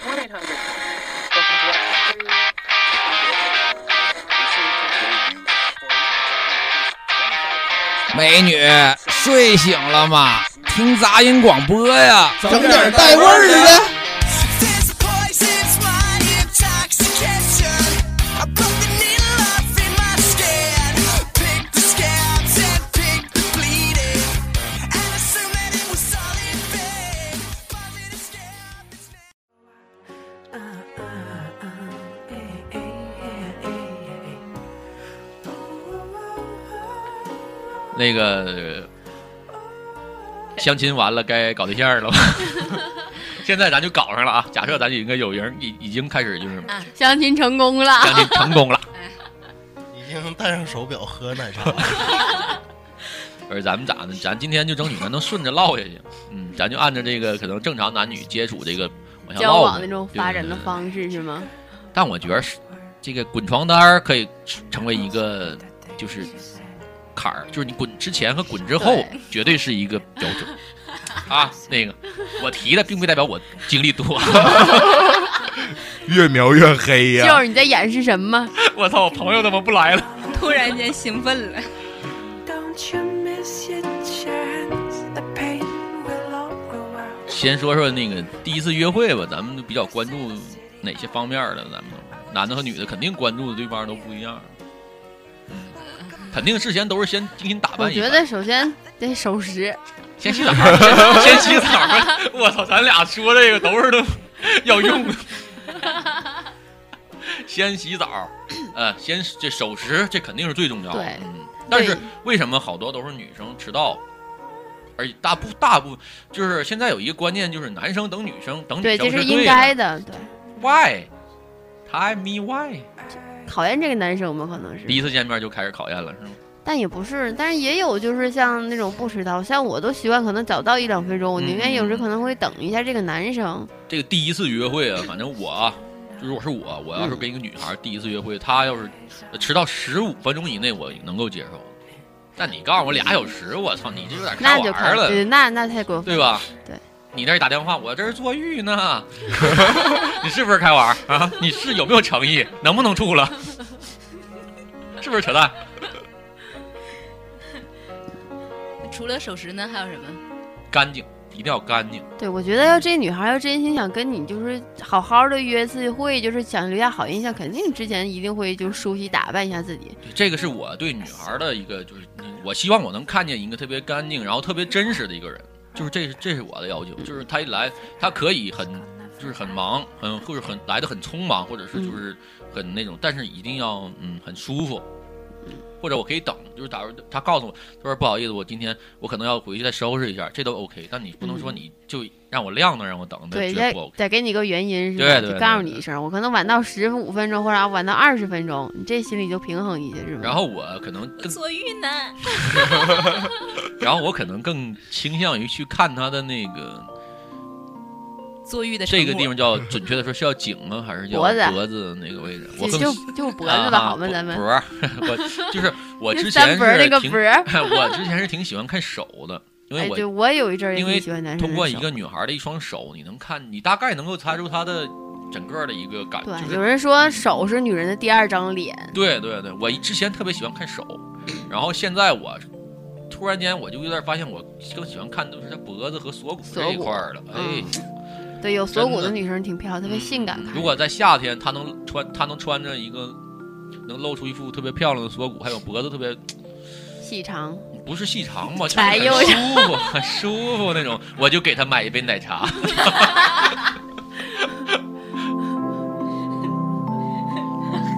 非常有名。Welcome to us. Thank 美女，睡醒了吗？听杂音广播呀！整点带味儿的。 This poison's my intoxication. I put the needle up in my skin. Pick the scabs and pick the bleeding. And assume that it was all in vain. Buzzing a scab is vain. 那个相亲完了该搞对象了 吧？现在咱就搞上了啊！假设咱就应该有人已已经开始就是啊， 相亲成功相了，亲成 功了，已经戴上手表喝奶茶了， 而咱们咋的？咱今天就争取咱能顺着唠下去，嗯，咱就按照这个可能正常男女接触这个往下交唠往呗那种发展的。方式是吗？对对对但我觉得是这个滚床单儿可以成为一个就是坎儿，就是你滚之前和滚之后对绝对是一个标准啊。那个我提的并不代表我经历 多。越描越黑啊就是你在掩饰什么？ 我操，我朋友怎么不来了？ 突然间兴奋 了， Don't you miss your chance? The pain will all go out. 先说说那个第一次约会吧，咱们就比较关注哪些方面的？咱们都男的和女的肯定关注的对方都不一样，嗯，肯定事先都是先精心打我扮一觉番，得首先得守时，先洗澡，先先洗澡。我操，咱俩说这个都是都要用的。先洗澡，呃，先这守时，这肯定是最重要的。对嗯，但是对为什么好多都是女生迟到？而且大部大部分就是现在有一个观念，就是男生等女生等女对，生这是是应对该的。的。对， Why? Time me why? 讨厌这个男生吧，可能是第，一次见面就开始考验了，是吗？但也不是，但是也有就是像那种不迟到，像我都习惯可能早到一两分钟，嗯我宁愿有时可能会等一下这个男生。这个第一次约会啊，反正我啊，如果是我，我要是跟一个女孩第一次约会，她要是迟到十五分钟以内，我能够接受。但你告诉我俩小时，我操，你这有点那开玩就看儿了，对，那那太过分。对吧？对。你那儿打电话，我这是坐浴呢， 你是不是开玩儿啊？你是有没有诚意？能不能处了？是不是扯淡？除了守时呢，还有什么？干净，一定要干净。对，我觉得要这女孩要真心想跟你就是好好的约次会，就是想留下好印象，肯定之前一定会就梳洗打扮一下自己。这个是我对女孩的一个，就是嗯我希望我能看见一个特别干净，然后特别真实的一个人，就是这是这是我的要求，就是她一来，她可以很就是很忙，很或者很来的很匆忙，或者是就是很那种，但是一定要嗯很舒服，或者我可以等，就是假如她告诉我，她说不好意思，我今天我可能要回去再收拾一下，这都 OK，但你不能说你就让我晾那让我等，那对，绝对再不 OK。再给你个原因是吧？对对就告诉对你对一声，我可能晚到十五分钟或者晚到二十分钟，你这心里就平衡一些是吧？然后我可能更坐浴呢？然后我可能更倾向于去看她的那个坐浴 的这个成地果方叫准确的说是叫颈吗？还是叫脖子脖子那个位置？我就更就就脖子啊吧，好吗？脖咱们脖儿， 我就是我之三前脖儿那是个挺脖，儿， 我之前是挺喜欢看手的，因哎，为对我我有一阵儿也因挺为喜欢男生通的过手一个女孩的一双手，你能看，你大概能够猜出她的整个的一个感，就对，是有人说手是女人的第二张脸，对对对，我之前特别喜欢看手，然后现在我。突然间，我就有点发现，我更喜欢看都是她脖子和锁骨这一锁骨嗯块儿了。哎，对，有锁骨真的的女生挺漂亮，特别性感嗯看着。如果在夏天，她能穿，她能穿着一个能露出一副特别漂亮的锁骨，还有脖子特别细长，不是细长 吧，白就是又很舒服，很舒服那种，我就给她买一杯奶 茶。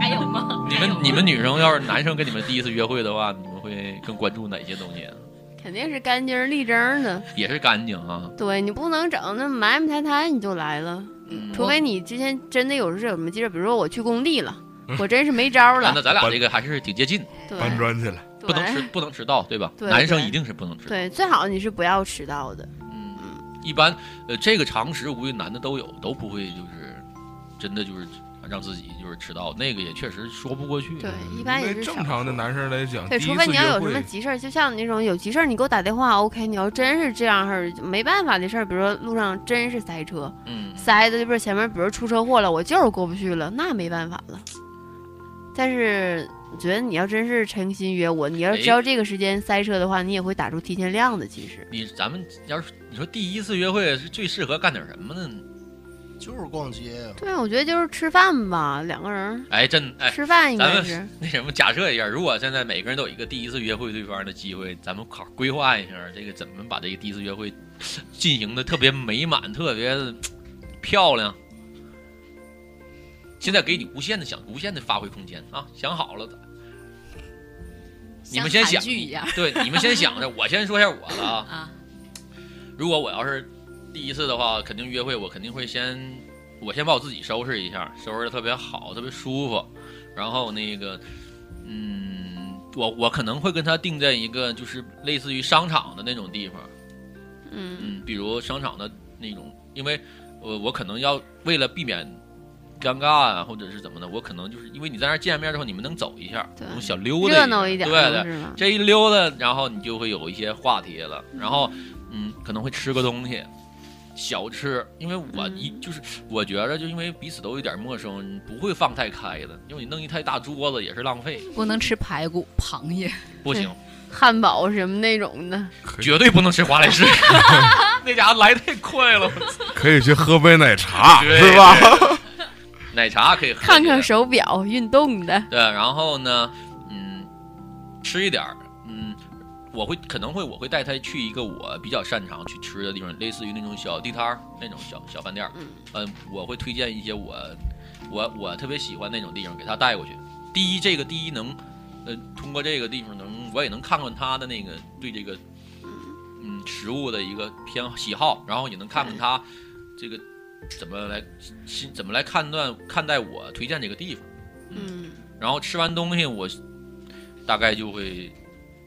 还有吗？你们你们女生要是男生跟你们第一次约会的话，你们会更关注哪些东西？啊肯定是干净儿立正儿的。也是干净啊，对你不能整那埋埋汰汰你就来了，嗯除非你之前真的有是有什么劲儿，比如说我去工地了，嗯我真是没招儿那了那，咱俩这个还是挺接近，对搬砖去了。不能 迟对不能迟到，对吧？对男生对一定是不能迟到。对，最好你是不要迟到的。嗯，一般呃这个常识，我估计男的都有，都不会就是真的就是让自己就是迟到，那个也确实说不过去。对，一般也对是正少常的数男生来讲，对，第除一非次你要约有什么会，急事儿，就像那种有急事儿你给我打电话，OK。你要真是这样事儿，就没办法的事儿，比如说路上真是塞车，嗯，塞的就是前面，比如出车祸了，我就是过不去了，那没办法了。但是我觉得你要真是诚心约我，你要哎知道这个时间塞车的话，你也会打出提前量的。其实你咱们要是你说第一次约会是最适合干点什么呢？就是逛街，啊对，我觉得就是吃饭吧，两个人哎，真哎，吃饭应咱该们是。 那什么，假设一下，如果现在每个人都有一个第一次约会对方的机会，咱们好规划一下，这个怎么把这个第一次约会进行的特别美满、特别呃漂亮。现在给你无限的想，无限的发挥空间啊！想好了，你们先像想韩剧一样对，你们先想着，我先说一下我的啊。啊，如果我要是第一次的话，肯定约会，我肯定会先，我先把我自己收拾一下，收拾的特别好，特别舒服。然后那个，嗯，我我可能会跟他定在一个就是类似于商场的那种地方，嗯，嗯，比如商场的那种，因为呃我我可能要为了避免尴尬啊，或者是怎么的，我可能就是因为你在那儿见面之后，你们能走一下，对我们小溜达热闹一一下点对儿对，是吧？这一溜达，然后你就会有一些话题了，然后嗯，可能会吃个东西，小吃，因为我嗯一、就是我觉着，就因为彼此都有点陌生，你不会放太开的，因为你弄一太大桌子也是浪费，不能吃排骨、螃蟹，不行，汉堡什么那种的，可以绝对不能吃华莱士，那家伙来太快了，可以去喝杯 奶茶，对是吧？奶茶可以喝，看看手表，运动的，对，然后呢，嗯，吃一点儿，嗯，我会可能会我会带他去一个我比较擅长去吃的地方，类似于那种小地摊儿那种小小饭店儿，嗯嗯，我会推荐一些我我我特别喜欢那种地方给他带过去。第一，这个第一能，呃，通过这个地方能我也能看看他的那个对这个嗯食物的一个偏喜好，然后也能看看他这个怎么来心怎么来判断看待我推荐这个地方。嗯，然后吃完东西，我大概就会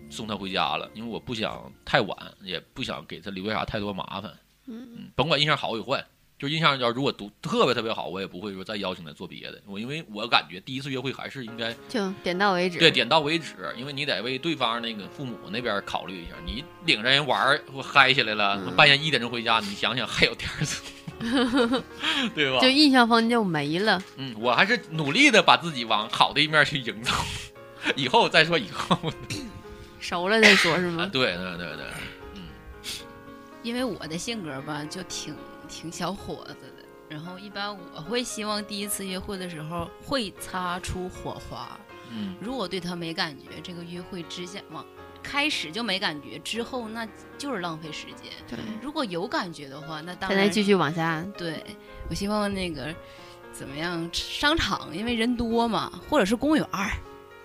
送他回家了，因为我不想太晚，也不想给他留下太多麻烦。嗯甭管印象好与坏，就是印象要如果读特别特别好，我也不会说再邀请他做别的。我因为我感觉第一次约会还是应该就点到为止。对点到为止，因为你得为对方那个父母那边考虑一下。你领着人玩儿，我嗨起来了，嗯半夜一点钟回家，你想想还有第二次， 对吧就？印象分就没了。嗯，我还是努力的把自己往好的一面去营造。以后再说，以后熟了再说，是啊， 吗？ 对对对对，因为我的性格吧，就挺挺小伙子的。然后一般我会希望第一次约会的时候会擦出火花。嗯，如果对他没感觉，这个约会之前往开始就没感觉，之后那就是浪费时间。对，如果有感觉的话，那当咱再然继续往下。对，我希望那个怎么样，商场因为人多嘛，或者是公园儿，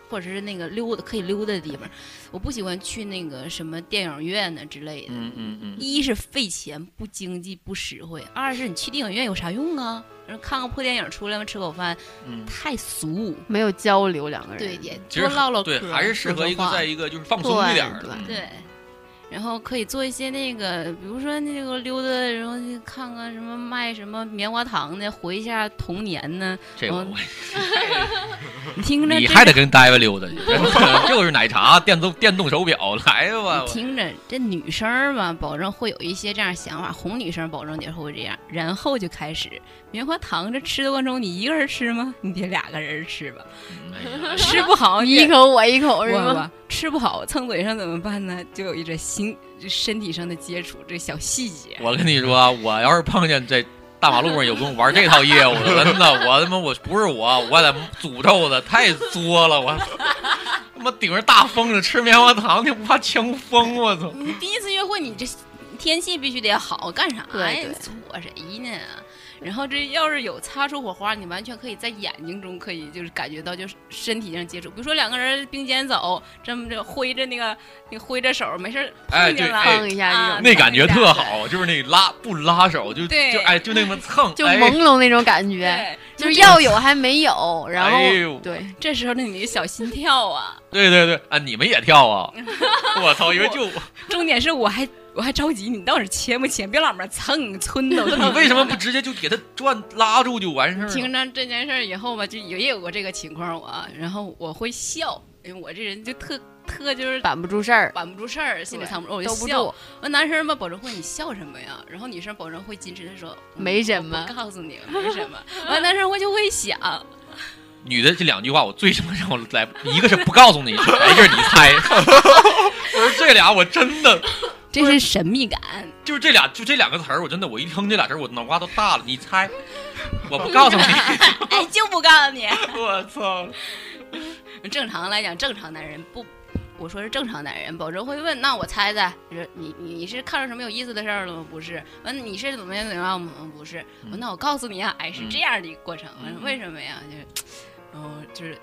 或者是那个溜达可以溜达的地方。我不喜欢去那个什么电影院啊呢之类的。嗯嗯嗯，一是费钱不经济不实惠，二是你去电影院有啥用啊？然后看个破电影出来嘛，吃口饭嗯，太俗。没有交流，两个人。对，也其多实唠唠对嗑还是适说合说一个话在一个就是放松对一点儿的，对，然后可以做一些那个，比如说那个溜达，然后去看看什么卖什么棉花糖的，回一下童年 呢。这我我你听着，你这还得跟呆歪溜达去， 真的就是奶茶、电动电动手表，来吧你， 听着，这女生儿嘛，保证会有一些这样想法，哄女生保证也会这样，然后就开始棉花糖这吃的过程中，你一个人吃吗？你得俩个人吃吧，哎呀吃不 好你一口口我一口是我吗？吧，吃不好蹭嘴上怎么办呢？就有一种心身体上的接触，这小细节。我跟你说，啊我要是碰见这。大马路上有跟我玩这套业务的，真的，我他妈我不是我，我得诅咒他，太作了，我他妈顶着大风着吃棉花糖，你不怕呛疯？我操！你第一次约会，你这天气必须得好，干啥对呀对？搓谁呢？然后这要是有擦出火花，你完全可以在眼睛中可以就是感觉到就是身体上接触，比如说两个人并肩走，这么着挥着那个你挥着手，没事儿哎碰见对了，哎碰一下这种啊那感觉特好，就是那拉不拉手就对就哎就那么蹭，就哎朦胧那种感觉，对，就是要有还没有，然哎呦后对，这时候那你的小心跳啊，对对对啊，你们也跳啊！ 我操，因为就 重点是我还我还着急，你到底切不切？别老么蹭蹭的， 那你为什么不直接就给他转拉住就完事儿了听。到这件事儿以后吧，就有也有过这个情况我啊，然后我会笑，因为我这人就特特就是 板不住事儿，板不住事儿，心里对藏不住，我就兜不笑。住，那男生嘛，保证会你笑什么呀？然后女生保证会矜持的说嗯没什么我不告诉你没什么。 完男生我就会想，女的这两句话我最他妈让我来，一个是不告诉你，哎一个是你猜。 我说这俩我真的这是神秘感。就是这俩就这两个词儿，我真的我一听这俩词儿我脑瓜都大了。你猜，我不告诉你， 哎，就不告诉你。我操！正常来讲，正常男人不，我说是正常男人，保证会问。那我猜猜，我说你你你是看着什么有意思的事儿了吗？不是。完，你是怎么样怎么样吗？嗯不是。嗯我那我告诉你啊，哎，是嗯这样的一个过程。嗯为什么呀？就是，然后就是。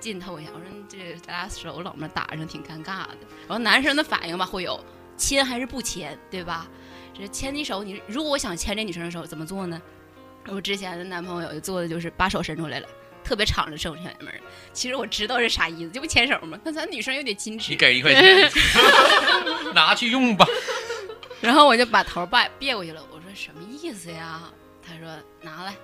浸透一下，我说你这咱俩手老么打上挺尴尬的。然后男生的反应吧会有牵还是不牵，对吧？这牵你手，你如果我想牵这女生的手怎么做呢？我之前的男朋友做的就是把手伸出来了，特别敞着手伸出来门儿。其实我知道是啥意思，这不牵手吗？那咱女生有点矜你持。给人一块钱， 拿去用吧。然后我就把头别别过去了，我说什么意思呀？他说拿来，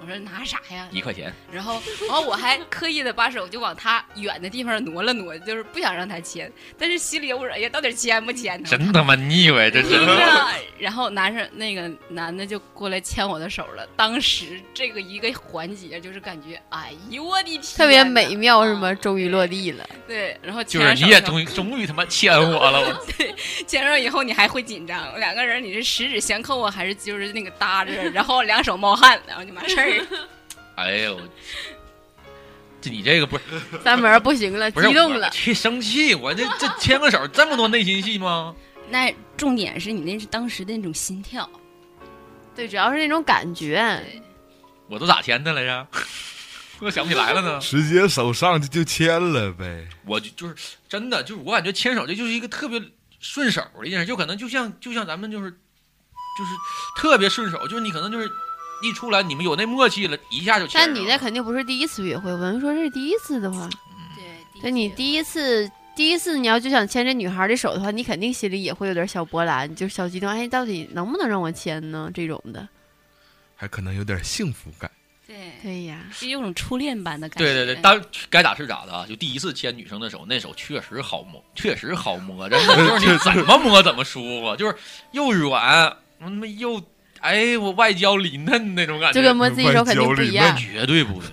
我说拿啥呀？一块钱，然后，然后我还刻意的把手就往他远的地方挪了挪，就是不想让他牵，但是心里我说，哎呀，到底牵不牵呢？真他妈腻歪，这听真的。着，然后男生那个男的就过来牵我的手了。当时这个一个环节就是感觉，哎呦我的天呐，特别美妙是吗？终于落地了，对，然后就牵是上你也手终于终于他妈欠我了，我 牵上以后你还会紧张，两个人你是十指相扣啊，还是就是那个搭 着，然后两手冒汗，然后就完事儿了。哎呦，这你这个不是三门儿不行了，不是激动我了，这生气，我这这牵个手这么多内心戏吗？那重点是你那是当时的那种心跳，对，主要是那种感觉，我都咋牵的来着？ 我想不起来了呢。直接手上去就牵了呗。我就就是真的就是我感觉牵手这就是一个特别顺手的一件事，就可能就像就像咱们就是就是特别顺手，就是你可能就是一出来你们有那默契了，一下就牵但上了。你那肯定不是第一次约会，我们说是第一次的话，对对你第一次。第一次你要就想牵这女孩的手的话，你肯定心里也会有点小波澜，就是小激动，哎，到底能不能让我牵呢？这种的。还可能有点幸福感，对对呀，是有种初恋般的感对对对，当该咋是咋的啊！就第一次牵女生的手，那手确实好摸，确实好摸，真的 就是你怎么摸怎么舒服，就是又软，他妈又哎，我外焦里嫩那种感觉，就跟摸自己手肯定不一样。绝对不是，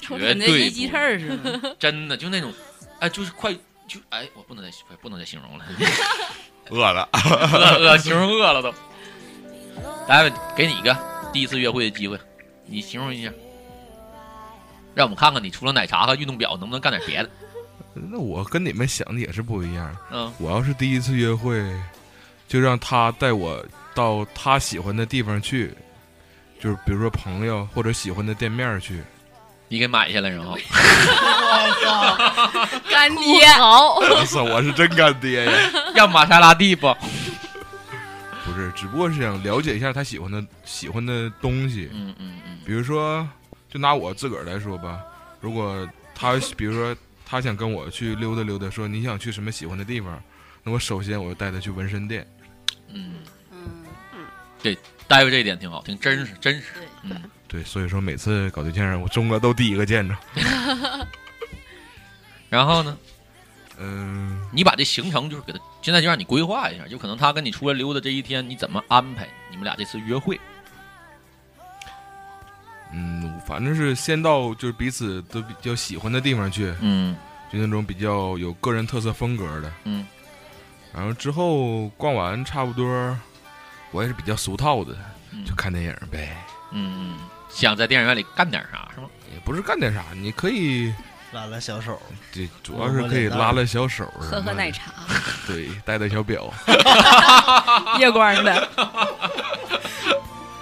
绝那对一记事儿似的。真的就那种，哎，就是快就哎，我不能再不能再形容了，饿了。 饿饿形容饿了都。来，给你一个第一次约会的机会，你形容一下，让我们看看你除了奶茶和运动表能不能干点别的。那我跟你们想的也是不一样。嗯，我要是第一次约会，就让他带我到他喜欢的地方去，就是比如说朋友或者喜欢的店面儿去。你给买下来，然后。我 干 爹，好，我操，我是真干爹呀！要玛莎拉蒂不？ 不是，只不过是想了解一下他喜欢的喜欢的东西。嗯嗯嗯，比如说，就拿我自个儿来说吧，如果他比如说他想跟我去溜达溜达，说你想去什么喜欢的地方，那我首先我就带他去纹身店。嗯，嗯，大卫这一点挺好，挺真实，真实。对，嗯，对，所以说每次搞对象，我钟哥都第一个见着。然后呢，嗯，你把这行程就是给他，现在就让你规划一下，就可能他跟你出来溜达这一天，你怎么安排你们俩这次约会？嗯，反正是先到就是彼此都比较喜欢的地方去，嗯就那种比较有个人特色风格的。嗯，然后之后逛完差不多，我也是比较俗套的，嗯就看电影呗，嗯嗯，想在电影院里干点啥是吗？也不是干点啥，你可以，拉拉小手，这主要是可以拉拉小手， 喝喝奶茶，茶，对，戴戴小表。 夜光的。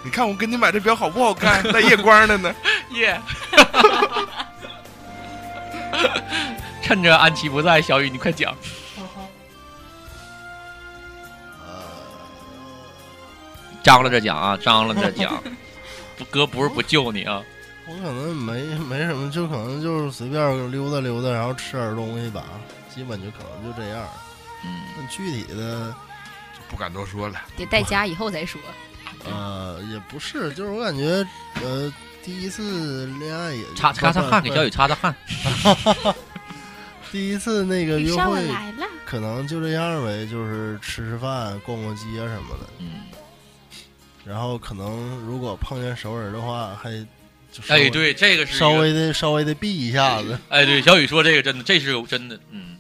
你看我给你买这表好不好看？带夜光的呢。 耶、 趁着安琪不在，小雨你快讲。张罗着讲啊，张罗着讲， 不哥不是不救你啊，我可能没没什么，就可能就是随便溜达溜达，然后吃点东西吧，基本就可能就这样。嗯。那具体的，不敢多说了，得在家以后再说。呃，也不是，就是我感觉，呃，第一次恋爱也擦擦擦汗，给小雨。雨擦擦汗。第一次那个雨约上会，来了，可能就这样呗，就是吃吃饭、逛逛街什么的。嗯，然后可能如果碰见熟人的话，还就稍微哎，，对，这个是一个稍微的稍微的避一下子。哎，对，小雨说这个真的，这是真的，嗯，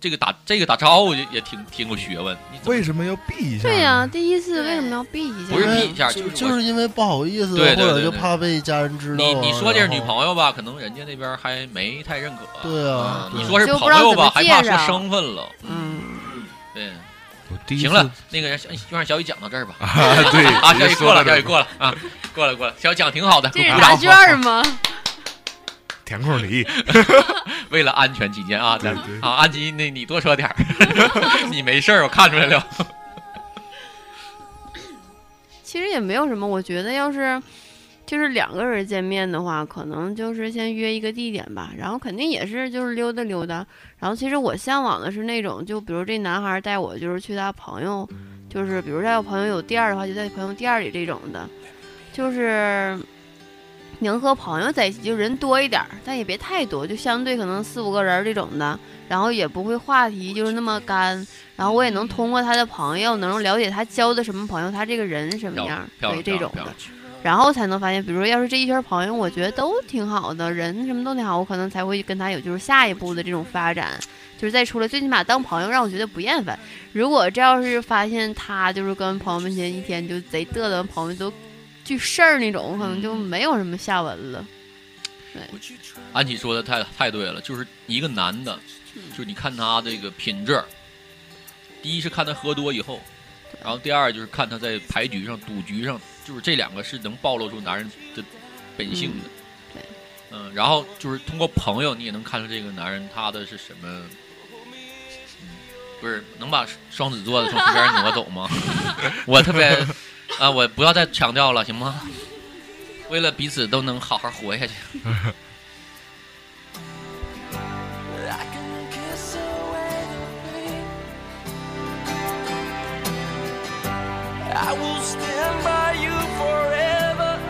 这个打这个打招呼也也挺挺有学问。你怎么为什么要避一下呢？对呀、第一次为什么要避一下不？是因为避一下就就是我是因为不好意思，对对或者对就对怕被家人知道你啊。你说这是女友，朋友吧，可能人家那边还没太认可。对啊嗯对你说是就不朋知道友怎么吧，还怕介说绍身份了。嗯，对，我第一行次了，那个人小就让小雨讲到这儿吧。啊，对 啊，小别雨说过了，这小雨个过了啊，过了过了，小雨讲挺好的，这是鼓答掌卷儿吗？填空题，为了安全起见啊， 咱对对啊，安吉，那你多说点儿，你没事儿，我 看出来了。其实也没有什么，我觉得要是就是两个人见面的话，可能就是先约一个地点吧，然后肯定也是就是溜达溜达。然后其实我向往的是那种，就比如这男孩带我就是去他朋友，就是比如他有朋友有店儿的话，就在朋友店儿里这种的，就是。能和朋友在一起就人多一点儿，但也别太多，就相对可能四五个人儿这种的，然后也不会话题就是那么干，然后我也能通过他的朋友，能了解他交的什么朋友，他这个人什么漂样亮儿，，漂亮，对这种漂的亮。，然后才能发现，比如说，要是这一圈朋友，我觉得都挺好的，人什么都挺好，我可能才会跟他有就是下一步的这种发展，就是再出来，最起码当朋友让我觉得不厌烦。如果这要是发现他就是跟朋友们间一天就贼嘚瑟，朋友都聚事儿那种，我可能嗯就没有什么下文了。安琪说的太太对了，就是一个男的，嗯就是你看他这个品质，第一是看他喝多以后，然后第二就是看他在牌局上、赌局上，就是这两个是能暴露出男人的本性的。嗯对嗯，然后就是通过朋友，你也能看出这个男人他的是什么。嗯不是能把双子座的从身边挪走 吗？我特别啊，我不要再强调了，行吗？为了彼此都能好好活下去。 I can kiss away the pain. I will stand by you forever.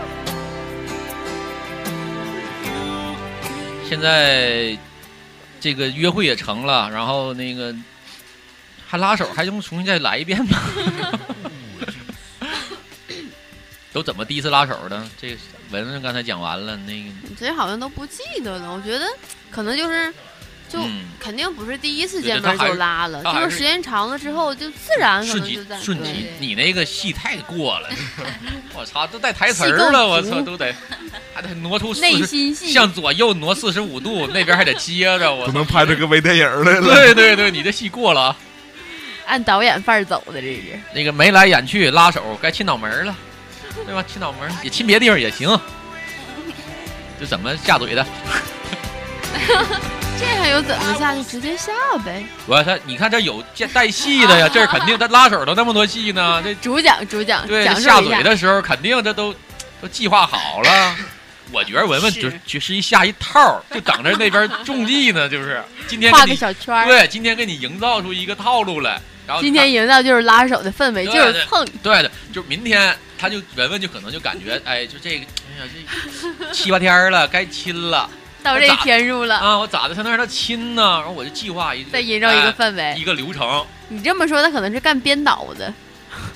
You 现在这个约会也成了，然后那个还拉手，还用重新再来一遍吗？ 都怎么第一次拉手的？这个文文刚才讲完了，那个所以好像都不记得了，我觉得可能就是就。嗯，肯定不是第一次对见他面还就是拉了，他还就是时间长了之后就自然可顺能就吉在顺对吉对，你那个戏太过 了，我操，都带台词儿了，我操，都得还得挪出四内十，心戏。向左右挪四十五度，那边还得接着，我都操，能拍出个微电影来了。 对对对，你这戏过了啊。按导演范儿走的这是。那个眉来眼去拉手，该亲脑门 儿了，对吧？亲脑门儿也亲别地方也行，就怎么下嘴的？这还有怎么下就直接下呗。我他你看这有这带戏 的呀，这肯定他拉手都那么多戏呢，这主讲主讲，对讲这述下一嘴下。的时候肯定这都都计划好 了。我觉得文文是就是就是一下一套儿，就等着那边中计呢，就是今天画给个你小圈儿，对，今天给你营造出一个套路来，然后今天营造就是拉手的氛围，就对是碰，对的，就是明天他就文文就可能就感 觉哎，就这个哎呀这七八天儿了，该亲 了。到这一天入了，啊，我咋的才能让他亲呢？然后我就计划一个再营造一个哎氛围一。个流程，你这么说，他可能是干编导的，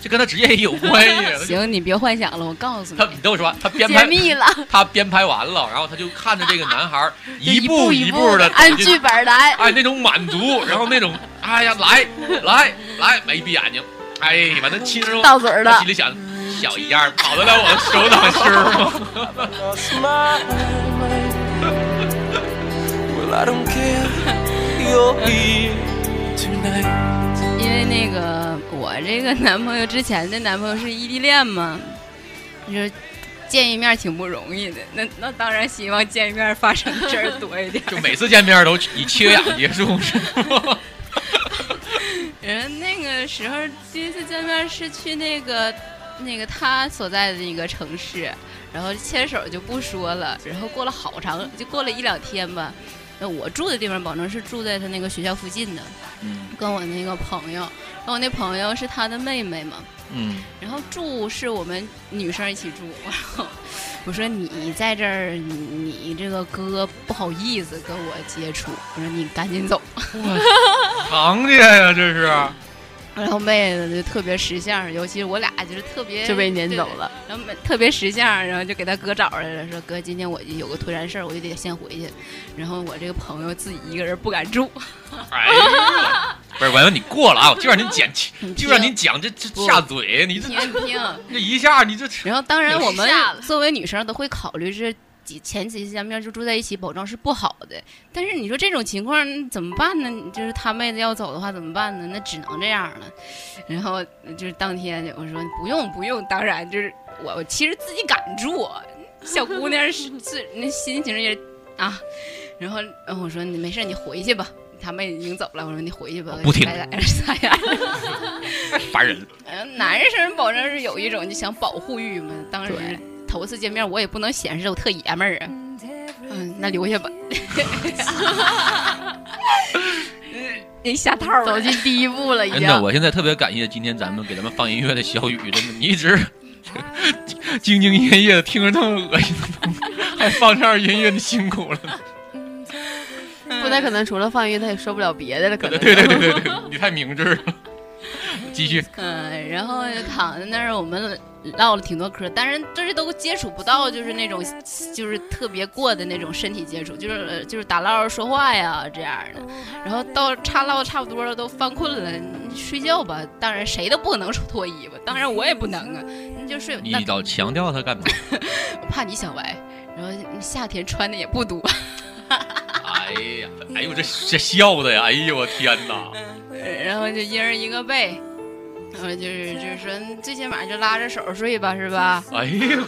这跟他职业也有关 系。行，你别幻想了，我告诉你他，你都说他编揭排秘了，他编排完了，然后他就看着这个男孩儿 就一步一步步的按剧本来。 哎那种满足，然后那种哎呀来 来来没闭眼睛，哎把他亲上到嘴儿他了心，里想小一样儿跑得了我手掌心儿吗？ smile. well, I don't care. You're here tonight. 因为那个我这个男朋友之前的男朋友是异地恋嘛，就是见一面挺不容易的。那那当然希望见一面发生的事儿多 一点。就每次见面都以缺氧结束是吗？人那个时候第一次见面是去那个那个他所在的一个城市，然后牵手就不说了，然后过了好长，就过了一两天吧，那我住的地方保证是住在他那个学校附近的， 嗯跟我那个朋友，然后我那朋友是他的妹妹嘛，嗯然后住是我们女生一起住， 然后我说你在这儿，你你这个哥不好意思跟我接触，我说你赶紧走。堂姐呀，这是然后妹子就特别识相，尤其是我俩就是特别就被撵走对了。然后每特别识相，然后就给他哥找着了，说哥，今天我有个突然事儿，我就得先回去。然后我这个朋友自己一个人不敢住，哎呀，不是，我要你过了啊！我就让你讲，你就让你听讲这这不下嘴，你这听听。这一下你这然后当然我们吓了作为女生都会考虑这几前几次见面就住在一起，保证是不好的。但是你说这种情况怎么办呢？你就是他妹子要走的话怎么办呢？那只能这样了。然后就是当天我说不用不用，当然就是我我其实自己敢住，小姑娘是是那心情也啊。然后然后我说你没事你回去吧。他妹已经走了，我说你回去吧，不听白 来咱俩太烦人了。呃，男生保证是有一种就想保护欲嘛。当时头次见面，我也不能显示我特爷们儿啊。嗯，那留下吧。人下套了，走进第一步了，已真经。的，我现在特别感谢今天咱们给咱们放音乐的小雨，真的，你一 直兢兢业业的听着那么恶心的东西，还放这样音乐，你辛苦了。不太可能，除了放音乐，他也说不了别的了，可能。对对对对对，你太明智了。继续，嗯，然后就躺在那儿，我们唠了挺多嗑儿，但是这是都接触不到，就是那种就是特别过的那种身体接触，就是呃就是打唠说话呀这样的。然后到差唠差不多了，都犯困了，你睡觉吧。当然谁都不能脱衣服，当然我也不能啊，你就睡吧。你那老强调它干嘛？我怕你想歪，然后夏天穿的也不多，哎呀，哎呦，这这笑的呀！哎呦，我天哪！ 然后就一人一个被，然后就是就是说你最起码就拉着手睡吧，是吧？哎呦，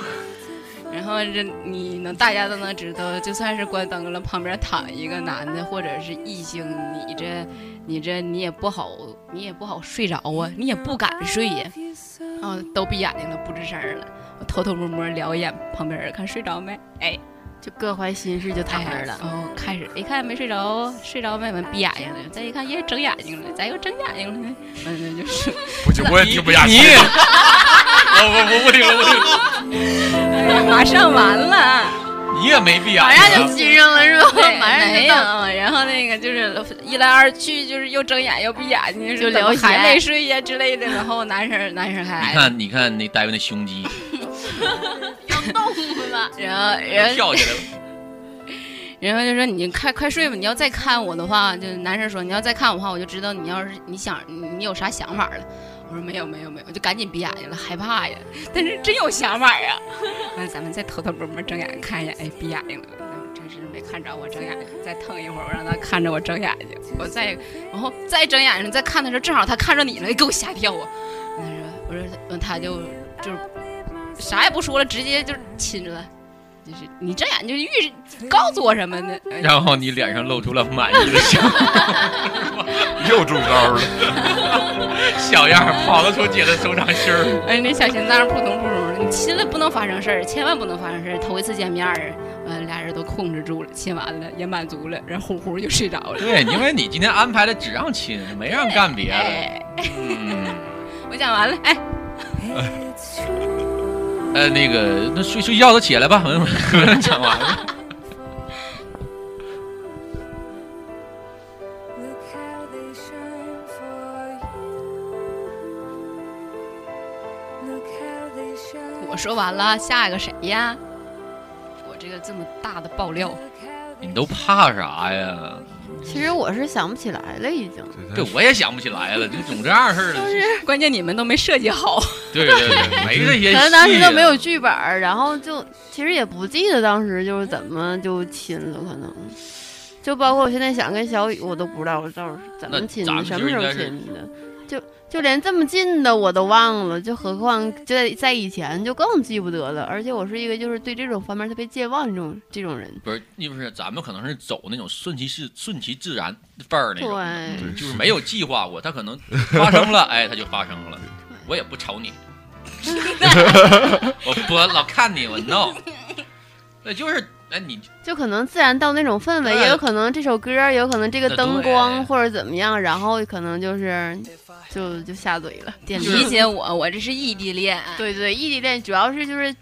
然后这你能大家都能知道，就算是关灯了，旁边躺一个男的或者是异性，你这你这你也不好，你也不好睡着啊，你也不敢睡呀，啊，都闭眼睛了，不吱声儿了。我偷偷摸摸瞄一眼旁边人，看睡着没？哎，就各怀心事就躺那儿了。哦，开始一看没睡着，哦睡着没？完闭眼睛了。再一看，耶，睁眼睛了，咋又睁眼睛了呢？嗯， 就是，不行，我也听不下你去。也，我我我不听了，不听了，哎呀，马上完了。你也没必要。马上就亲上了是吧？对，马上没就有到。。然后那个就是一来二去，就是又睁眼又闭眼睛，就是怎么聊闲还没睡呀之类的。然后男生男生你还看，你看那戴维那胸肌跳起来了，然后然后然后就说你快快睡吧，你要再看我的话，就是男生说你要再看我的话，我就知道你要是你想你你有啥想法了。我说没有没有没有，我就赶紧闭眼睛了，害怕呀。但是真有想法呀。 完了咱们再偷偷摸摸睁眼看一眼，哎，闭眼睛了。嗯真是没看着我睁眼睛，再腾一会儿，我让他看着我睁眼睛，我再然后再睁眼睛再看的时候，正好他看着你了，给我吓一跳啊！他说，我说他就就是啥也不说了，直接就亲着他，就是你睁眼就遇告诉我什么呢？哎然后你脸上露出了满意的笑。又中招了，小样儿跑得出姐的手掌心儿。哎，那小心脏扑通扑通的，你亲了不能发生事儿，千万不能发生事儿。头一次见面儿，完俩人都控制住了，亲完了也满足了，然后呼呼就睡着了。对，因为你今天安排的只让亲，没让干别的。 哎，嗯，我讲完了，哎，呃，那个，那睡睡觉都起来吧，我们讲完了。 我说完了，下一个谁呀？我这个这么大的爆料， 你都怕啥呀？其实我是想不起来了，已经。这我也想不起来了，就总这样似的。 关键你们都没设计好。对对 对，没这些戏可啊。能当时都没有剧本儿，然后就其实也不记得当时就是怎么就亲了，可能就包括我现在想跟小雨，我都不知道我到底是怎么亲那的，咱什们么就时应候该是亲的，就就连这么近的我都忘了，就何况就在在以前就更记不得了。而且我是一个就是对这种方面特别健忘这种这种人，不是，你不是，咱们可能是走那种顺其自顺其自然范儿那种，对嗯就是没有计划过，它可能发生 了，哎，它就发生了。我也不 瞅你，我不老看你，我 no。对，就是哎，你就可能自然到那种氛围，对也有可能这首歌，有可能这个那灯对光或者怎么样，然后可能就是就就下嘴了。得就是理解我，我这是异地恋。对对，异地恋主要是就是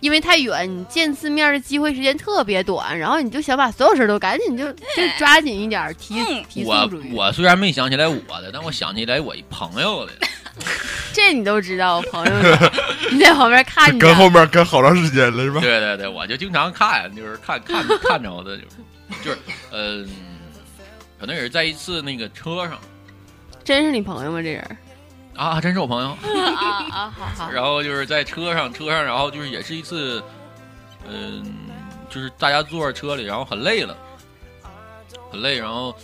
因为太远，你见次面的机会时间特别短，然后你就想把所有事儿都赶紧就就抓紧一点儿提嗯提我速度。我虽然没想起来我的，但我想起来我一朋友的。这你都知道，我朋友的，你在旁边看着跟，后面跟好长时间了是吧？对对对，我就经常看，就是看看看着的，就是就是嗯，可能也是在一次那个车上真是你朋友吗？这人啊，真是我朋友。啊啊，好好，然后就是在车上，车上，然后就是也是一次，嗯、就是大家坐在车里，然后很累了，很累，然后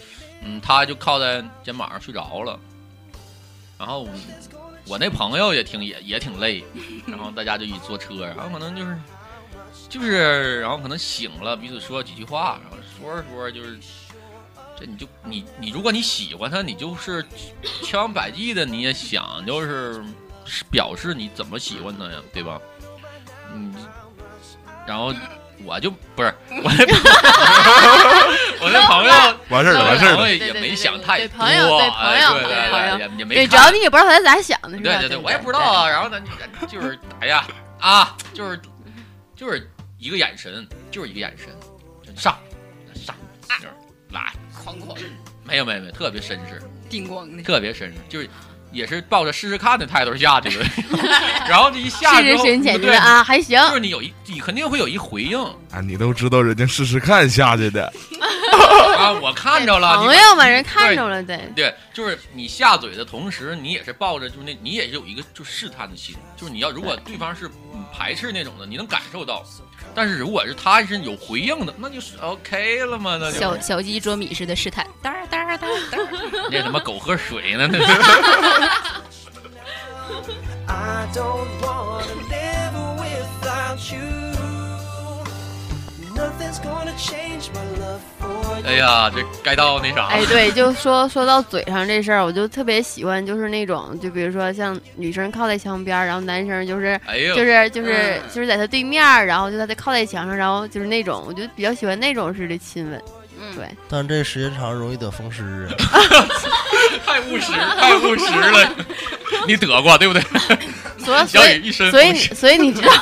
嗯，他就靠在肩膀上睡着了，然后我我那朋友也挺也也挺累，然后大家就一起坐车，然后可能就是就是，然后可能醒了，彼此说几句话，然后说着说着就是。这你就你你，如果你喜欢他，你就是千方百计的，你也想就是是表示你怎么喜欢他呀，对吧？嗯，然后我就不是我那 我那朋友，完事儿了，完事我那儿了。朋友也没想太对多，朋友对朋哎友对对朋对友对，也对，没主要看你也不知道他咋想的，是吧？对对对，我也不知道啊。然后呢，就是哎呀啊，就是就是一个眼神，就是一个眼神，上上就是来，狂狂 没有没有没有，特别绅士，叮咣的，特别绅士，就是。也是抱着试试看的态度下去的，然后这一下试之试后，深浅，觉对得，啊还行，就是你有一，你肯定会有一回应啊，你都知道人家试试看下去 的，啊！我看着了，朋你啊友嘛，人看着了，对，对，就是你下嘴的同时，你也是抱着就是那，你也有一个就试探的心，就是你要如果对方是嗯排斥那种的，你能感受到；但是如果是他是有回应的，那就是 OK 了嘛，那就小是小鸡啄米似的试探，哒儿哒儿哒儿哒儿。那他妈狗喝水呢，那是 I don't wanna live without you. Nothing's gonna change my love for you. 哎呀，这该到那啥哎，了，对，就说说到嘴上这事儿，我就特别喜欢，就是那种，就比如说像女生靠在墙边儿，然后男生就是哎呦，就是就是嗯就是在他对面儿，然后就在他靠在墙上，然后就是那种，我就比较喜欢那种式的亲吻。嗯，对但这时间长容易得风湿啊。太务实，太务实了， 你得过对不对？所以小所雨以一身所以风你湿，所以你知道，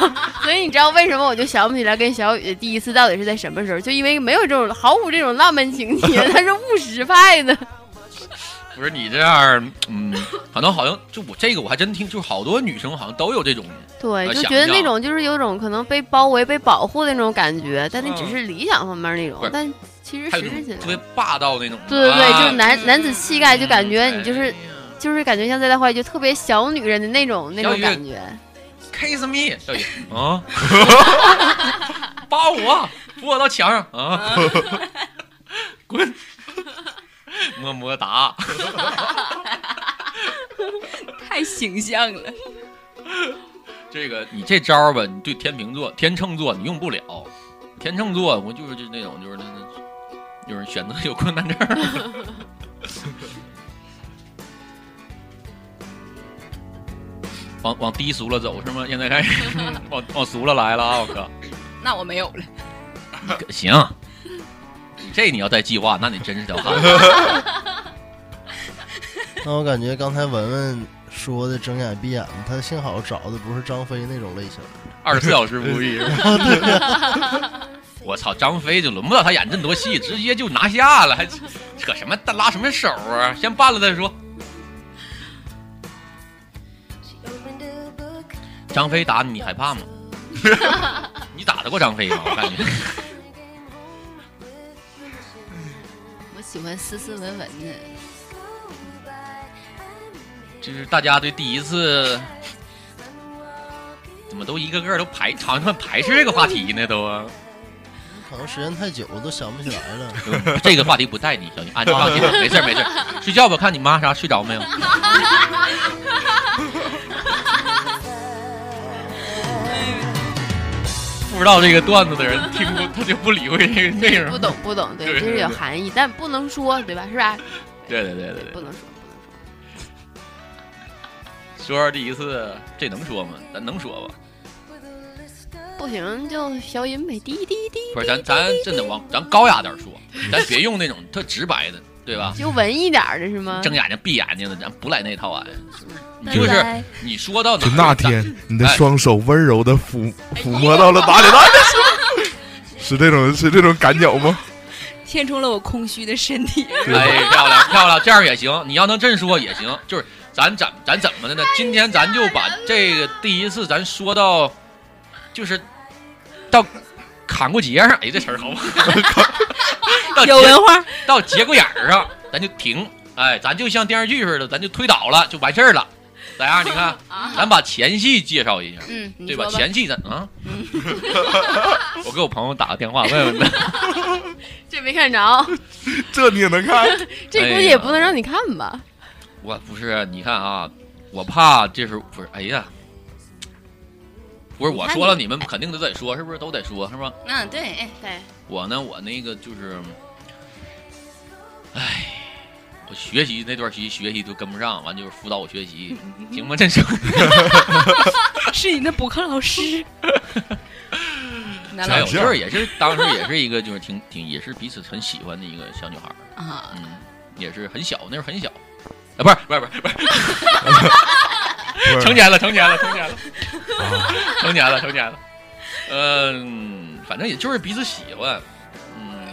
所以你知道为什么我就想不起来跟小雨的第一次到底是在什么时候？就因为没有这种毫无这种浪漫情节，他是务实派的。不是你这样儿，嗯，可能好像就我这个我还真听，就是好多女生好像都有这种对，呃就想觉得那象种就是有种可能被包围、被保护的那种感觉，但那只嗯是理想方面那种不，是但其实还有实那施起种来特，别霸道那种。对对对，啊就是男男子嗯气概，就感觉你就是哎呀就是感觉像在他怀里就特别小女人的那种那小种雨感觉。 kiss me，小雨啊，扒我，扶我到墙上啊， 滚，么么哒，太形象了。这个你这招儿吧，你对天秤座、天秤座你用不了，天秤座我就是就那种就是那那就是选择有困难症儿。 往往低俗了走是吗？现在开始往往俗了来了啊！我靠，那我没有了，行，你这你要再计划，那你真是条汉子。但我感觉刚才文文说的睁眼闭眼，他幸好找的不是张飞那种类型。二十四小时无语。我操，张飞就轮不到他演这么多戏，直接就拿下了，还扯什么拉什么手啊？先办了再说。张飞打你，你害怕吗？你打得过张飞吗？我感觉我喜欢斯斯文文的。就是大家对第一次，怎么都一个个都排，好像排斥这个话题呢？都、啊，可能时间太久，我都想不起来了。 嗯这个话题不带你，小心啊！你放心，没事儿没事儿，睡觉吧。看你妈啥睡着没有？不知道这个段子的人听不，他就不理会这个内不容。 懂不懂，对，对这对是有对含义，但不能说，对吧？是吧？对对对对对不，能说。说说第一次，这能说吗？咱能说吧？不不行就小饮呗，滴滴滴，不是咱咱真的往咱高雅点说，咱别用那种特直白的，对吧？就文一点儿的是吗？睁眼睛闭眼睛的，咱不来那套啊！你拜就是拜你说到哪就儿，那咱天，你的双手温柔的抚哎抚摸到了哪里？ 那是是这种是这种感觉吗？填充了我空虚的身 体。哎，漂亮漂亮，这样也行。你要能这么说也行，就是咱咱咱怎么的呢？今天咱就把这个第一次咱说到，就是到砍过节上，哎，这词儿好吗？到有节文化，到节骨眼儿上，咱就停，哎，咱就像电视剧似的，咱就推倒了就完事儿了。咋样？你看，咱把前戏介绍一下，嗯，你对说吧？吧，前戏咱啊，我给我朋友打个电话问问他，这没看 着， 这你也能看？这估计也不能让你看吧？我不是，你看啊，我怕这是不是？哎呀，不是我说了，你们肯定都得说，是不是都得说，是吧？嗯，对，哎，对，我呢，我那个就是，哎，我学习那段习学习都跟不上，完就是辅导我学 习，行吗？这是是你的补课老师。男还老 有师哎就是也是当时也是 一个就是挺挺也是彼此很喜欢的一个小女孩儿，啊，嗯，也是很小，那时候很小，啊，不是不是不是不是，不是成年了成年了成年了，啊 成 年了成年了，嗯，反正也就是彼此喜欢，嗯，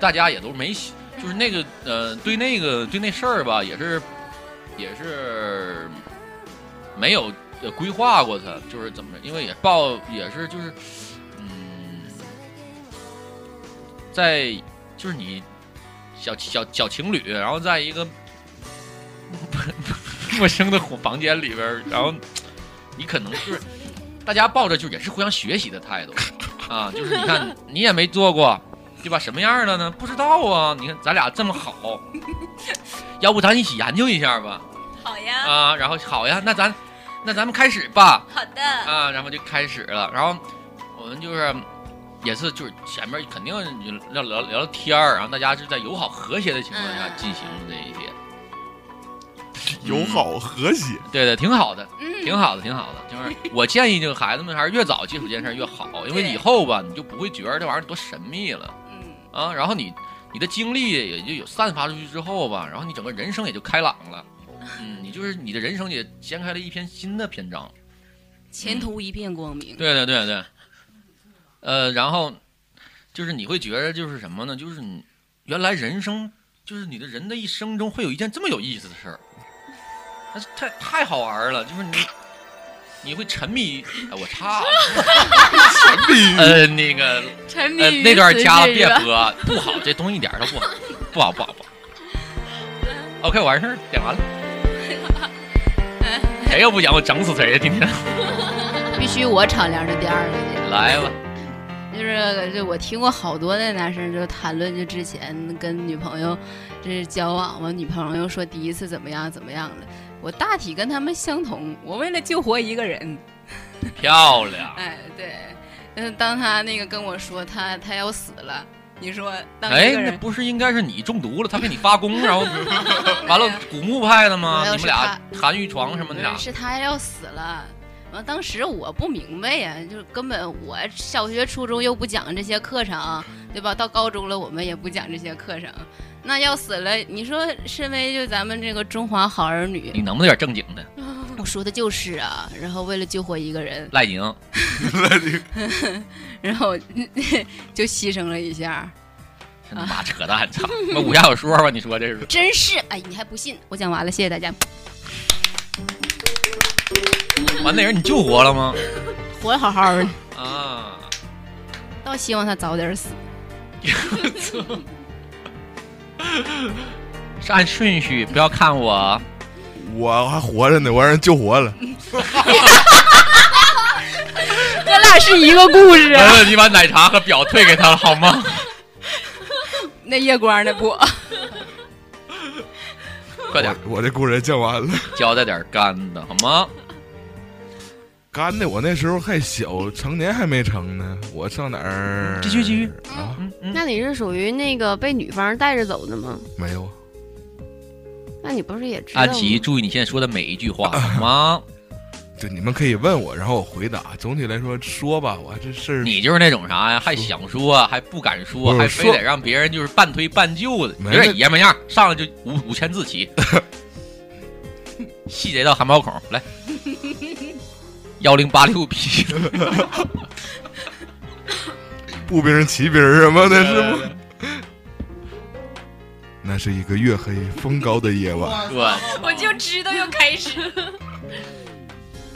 大家也都没喜，就是那个呃，对那个对那事儿吧，也是也是没有呃规划过它，就是怎么，因为也抱也是就是，嗯，在就是你小小小情侣，然后在一个陌 生的房间里边儿，然后你可能就是大家抱着就也是互相学习的态度啊，就是你看你也没做过。对吧？什么样的呢？不知道啊！你看咱俩这么好，要不咱一起研究一下吧？好呀，啊，然后好呀，那咱那咱们开始吧好的，啊，然后就开始了，然后我们就是也是就是前面肯定聊聊聊聊天儿，然后大家是在友好和谐的情况下嗯进行这一些，友好和谐，对对，挺好的，嗯，挺好的，挺好的。就是我建议这个孩子们还是越早接触这件事儿越好，因为对以后吧你就不会觉得这玩意儿多神秘了。嗯，啊，然后你你的精力也就有散发出去之后吧，然后你整个人生也就开朗了，嗯，你就是你的人生也掀开了一篇新的篇章。前途一片光明。对对对对，呃，然后就是你会觉得就是什么呢？就是你原来人生就是你的人的一生中会有一件这么有意思的事儿，那是太太好玩了，就是你。你会沉迷，哎、我操！沉迷，呃，那个沉迷呃，于那段此加了事别是吧播，不好，这东西一点儿都不好，不好，不好，不好。OK，完事儿，点完了。谁要不讲，我整死谁呀！今天必须我敞亮着点儿的。来吧，就是就我听过好多的男生就谈论，就之前跟女朋友这是交往嘛，女朋友说第一次怎么样怎么样的，我大体跟他们相同。我为了救活一个人，漂啊亮。哎，对，嗯，当他那个跟我说他他要死了，你说当一哎，个那人，不是应该是你中毒了，他给你发功， 然后完了古墓派的吗？没有啊你们俩韩玉床什么的俩不是是他要死了。完，当时我不明白呀，就是根本我小学、初中又不讲这些课程，对吧？到高中了，我们也不讲这些课程。那要死了，你说，身为就咱们这个中华好儿你女，能不能点正经的？我说的就是啊。然后为了救活一个人，赖宁，然后 就牺牲了一下。真他妈扯淡！操，那武侠小说吧，你说这是？真是，哎，你还不信？我讲完了，谢谢大家。完那人你救活了吗？活得好好的，啊，倒希望他早点死。是按顺序，不要看我。我还活着呢，我让人救活了。咱俩是一个故事啊完了，你把奶茶和表退给他了好吗？ 那夜光的不？快点我我这故事讲完了。交代点干的好吗？干的，我那时候还小，成年还没成呢。我上哪儿？继续继续啊，嗯嗯，那你是属于那个被女方带着走的吗？没有。那你不是也知道吗？安琪，注意你现在说的每一句话好吗？对，你们可以问我，然后我回答。总体来说，说吧，我这事儿你就是那种啥呀，还想说，还不敢说，不是还非说得让别人就是半推半就的，有没点爷们样，上来就五五千字起， 细节到汗毛孔，来，幺零八六 P，步兵、骑兵什么的，是吗？那是一个月黑风高的夜晚，对， 我就知道要开始。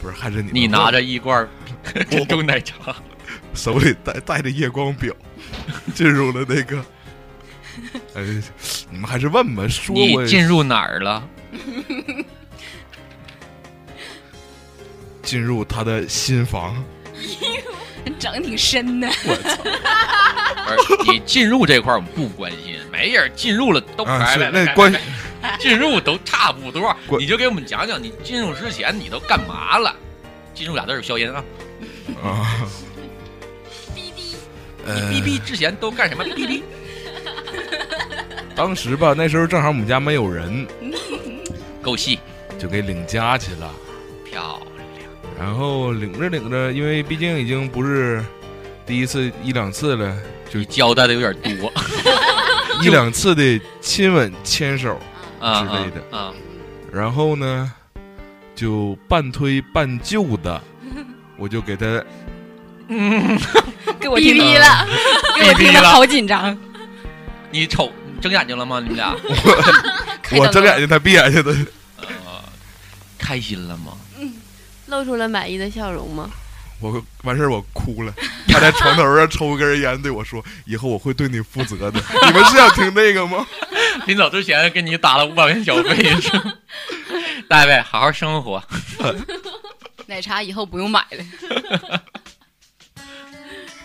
不是还是你你们问拿着一罐儿珍珠奶茶，手里带带着夜光表，进入了那个。 哎，你们还是问吧，说你我也进入哪儿了？进入他的新房，长得挺深 的，而你进入这块儿我们不关心，没人进入了都啊，来是来那来关来进入都差不多，关你就给我们讲讲你进入之前你都干嘛了？进入俩字儿消音啊，啊，滴滴，呃哔哔之前都干 什么？哔哔，呃当时吧，那时候正好我们家没有人，够细，就给领家去了。漂亮。然后领着领着，因为毕竟已经不是第一次一两次了， 就你交代的有点多一两次的亲吻、牵手，啊啊 之类的啊！然后呢，就半推半就 的，我就给他给我逼听逼了，给我听逼逼的了好紧张。你瞅，你睁眼睛了吗？你们 俩开我灯睁了眼睛，他闭眼睛的， 呃开心了吗？露出了满意的笑容吗？我完事儿我哭了。他在床头上抽根烟，对我说：“以后我会对你负 责的。”你们是想听这个吗？临走之前给你打了五百块钱小 费，是吧大卫，好好生活。 奶茶以后不用买了。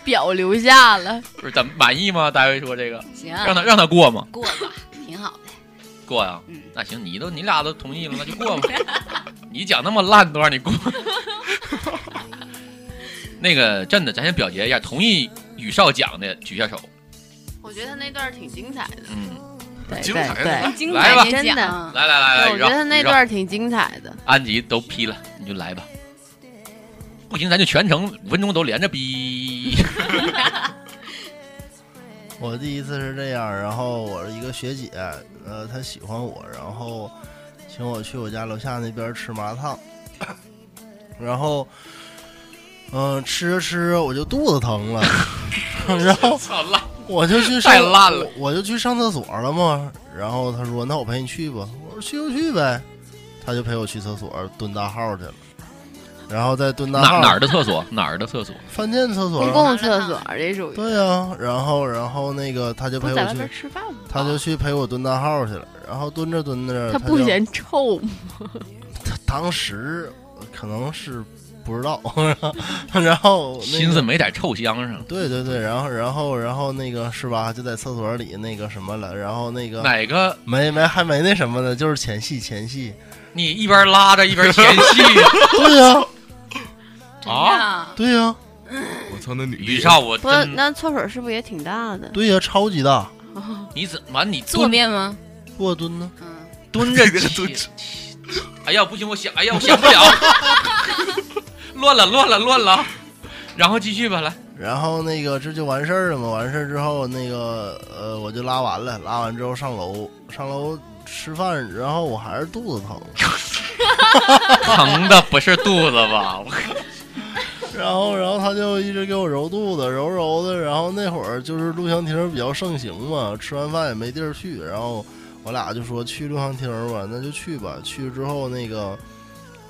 表留下了，不是，咱们满意吗？大卫说这个，嗯行，啊让他让他过吗？过吧，挺好的。过呀、嗯那行，你都你俩都同意了，那 就过吧。你讲那么烂都让你过。那个真的，咱先表决一下，同意宇少讲的举下手。我觉得他那段儿挺精彩的。嗯，对精彩对精来吧彩真的讲，来来来来，对，我觉得他宇那少段儿挺精彩的。安吉都批了，你就来吧。不行，咱就全程五分钟都连着逼。我第一次是这样，然后我一个学姐，呃，她喜欢我，然后请我去我家楼下那边吃麻辣烫，然后，嗯、吃着吃着我就肚子疼了， 然后操烂！我就去上太烂了我，我就去上厕所了嘛。然后她说：“那我陪你去吧。”我说：“去就去呗。”她就陪我去厕所蹲大号去了，然后再蹲大哪号哪儿的厕所？哪儿的厕所？饭店厕所公啊，共厕所儿这属于，对啊，然后然后那个她就不陪是我在外去边。吃饭吗？他就去陪我蹲大号去了，然后蹲着蹲着，他他不就嫌臭吗？他当时可能是不知道， 然后那心思个没在臭香上。对对对，然后然后然后那个是吧，就在厕所里那个什么了，然后那个哪个？没没还没那什么呢，就是前戏前戏，你一边拉着一边前戏。对呀、啊！啊，对呀、我操，那女的宇少，我不是，真那厕所是不是也挺大的？对呀、超级大，你怎完你坐蹲面吗？卧蹲呢，嗯，蹲着蹲起。哎呀，不行，我想，哎呀，我想不了。乱了，乱了，乱了。然后继续吧，来。然后那个这就完事儿了嘛，完事儿之后那个呃我就拉完了，拉完之后上楼上楼吃饭，然后我还是肚 子疼。疼的不是肚子吧？我然后，然后他就一直给我揉肚子，揉揉的。然后那会儿就是录像厅比较盛行嘛，吃完饭也没地儿去，然后我俩就说去录像厅吧，那就去吧。去之后那个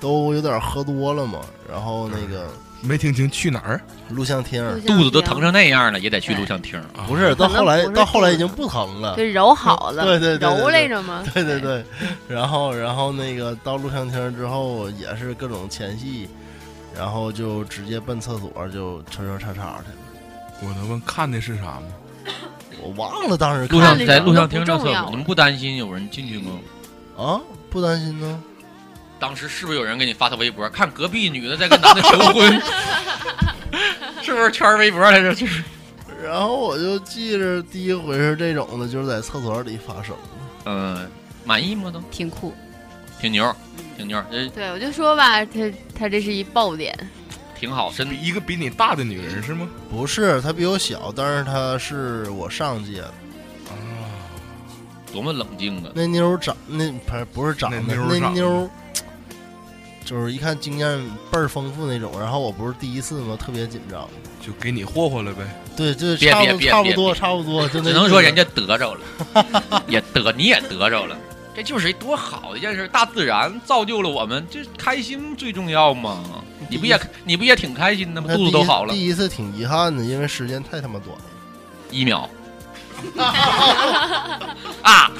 都有点喝多了嘛，然后那个没听清去哪儿？录像厅就像肚子都这样啊疼，成那样了，也得去录像厅。啊不是到可能后来不是到后来已肚子经不疼啊了就，揉好了，对对对对揉来着吗？对对对，然后然后那个到录像厅之后也是各种前戏，然后就直接奔厕所就叉叉叉叉去了，我能问看的是啥吗？我忘了当时录看像看着在人录都像不厅上重厕要所，你们不担心有人进去吗？啊，不担心呢。当时是不是有人给你发条微博，看隔壁女的在跟男的求 婚？ 是不是圈儿微博来着？就是，然后我就记着第一回是这种的，就是在厕所里发生的。呃嗯、满意吗都？挺酷。挺牛，挺呃牛，这对，我就说吧，他他这是一爆点，挺好，真比一个比你大的女人是吗？不是，他比我小，但是他是我上届的。啊，嗯多么冷静啊！那妞儿长那不是不是长得那妞儿那长得妞儿就是一看经验倍儿丰富那种。然后我不是第一次嘛，特别紧张。就给你霍霍了呗。对，就是别差别不多别差不别多别差不多，就那只能说意思人家得着了， 也得你也得着了，这就是一多好的一件事。大自然造就了我们，这开心最重要嘛。你不也嗯你不也挺开心的吗？那肚子第都一好了，第一次挺遗憾的，因为时间太他妈短了。一秒啊！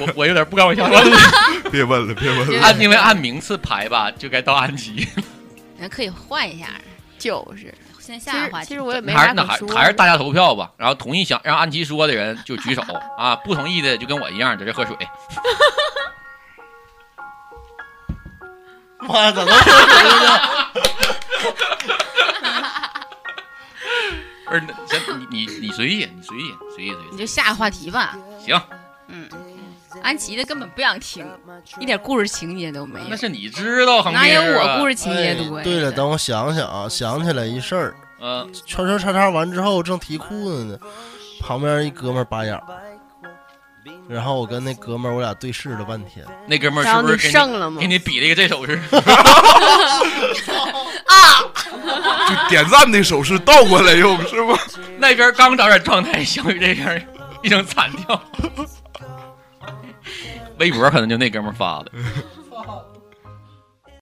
我我有点不敢往下说了。别问了，别问了。按因为按名次排吧，就该到安吉。咱可以换一下，就是。先其下一实个话题。其实我也没还是啥那可还说的，还是大家投票吧，然后同意想让安琪说的人就举手啊，不同意的就跟我一样在这 喝水。妈，咋能喝水呢？ 不是，那行，你你你随意，你随意，随意你随就下话题吧。意，行，嗯，安琪的根本不想听，一点故事情节都没那有，是你知道，哪有我故事？事情节多呀？哎对了，等我想想啊，想起来一事儿，嗯，圈圈叉叉完之后正提裤子呢，旁边一哥们儿拔眼儿，然后我跟那哥们儿我俩对视了半天，那哥们儿然是后不你是给胜了你吗给？你比了一个这手势？ 就点赞的手势倒过来用是吗？那边刚找点状态，小雨这边一声惨叫。微博可能就那哥们儿发的，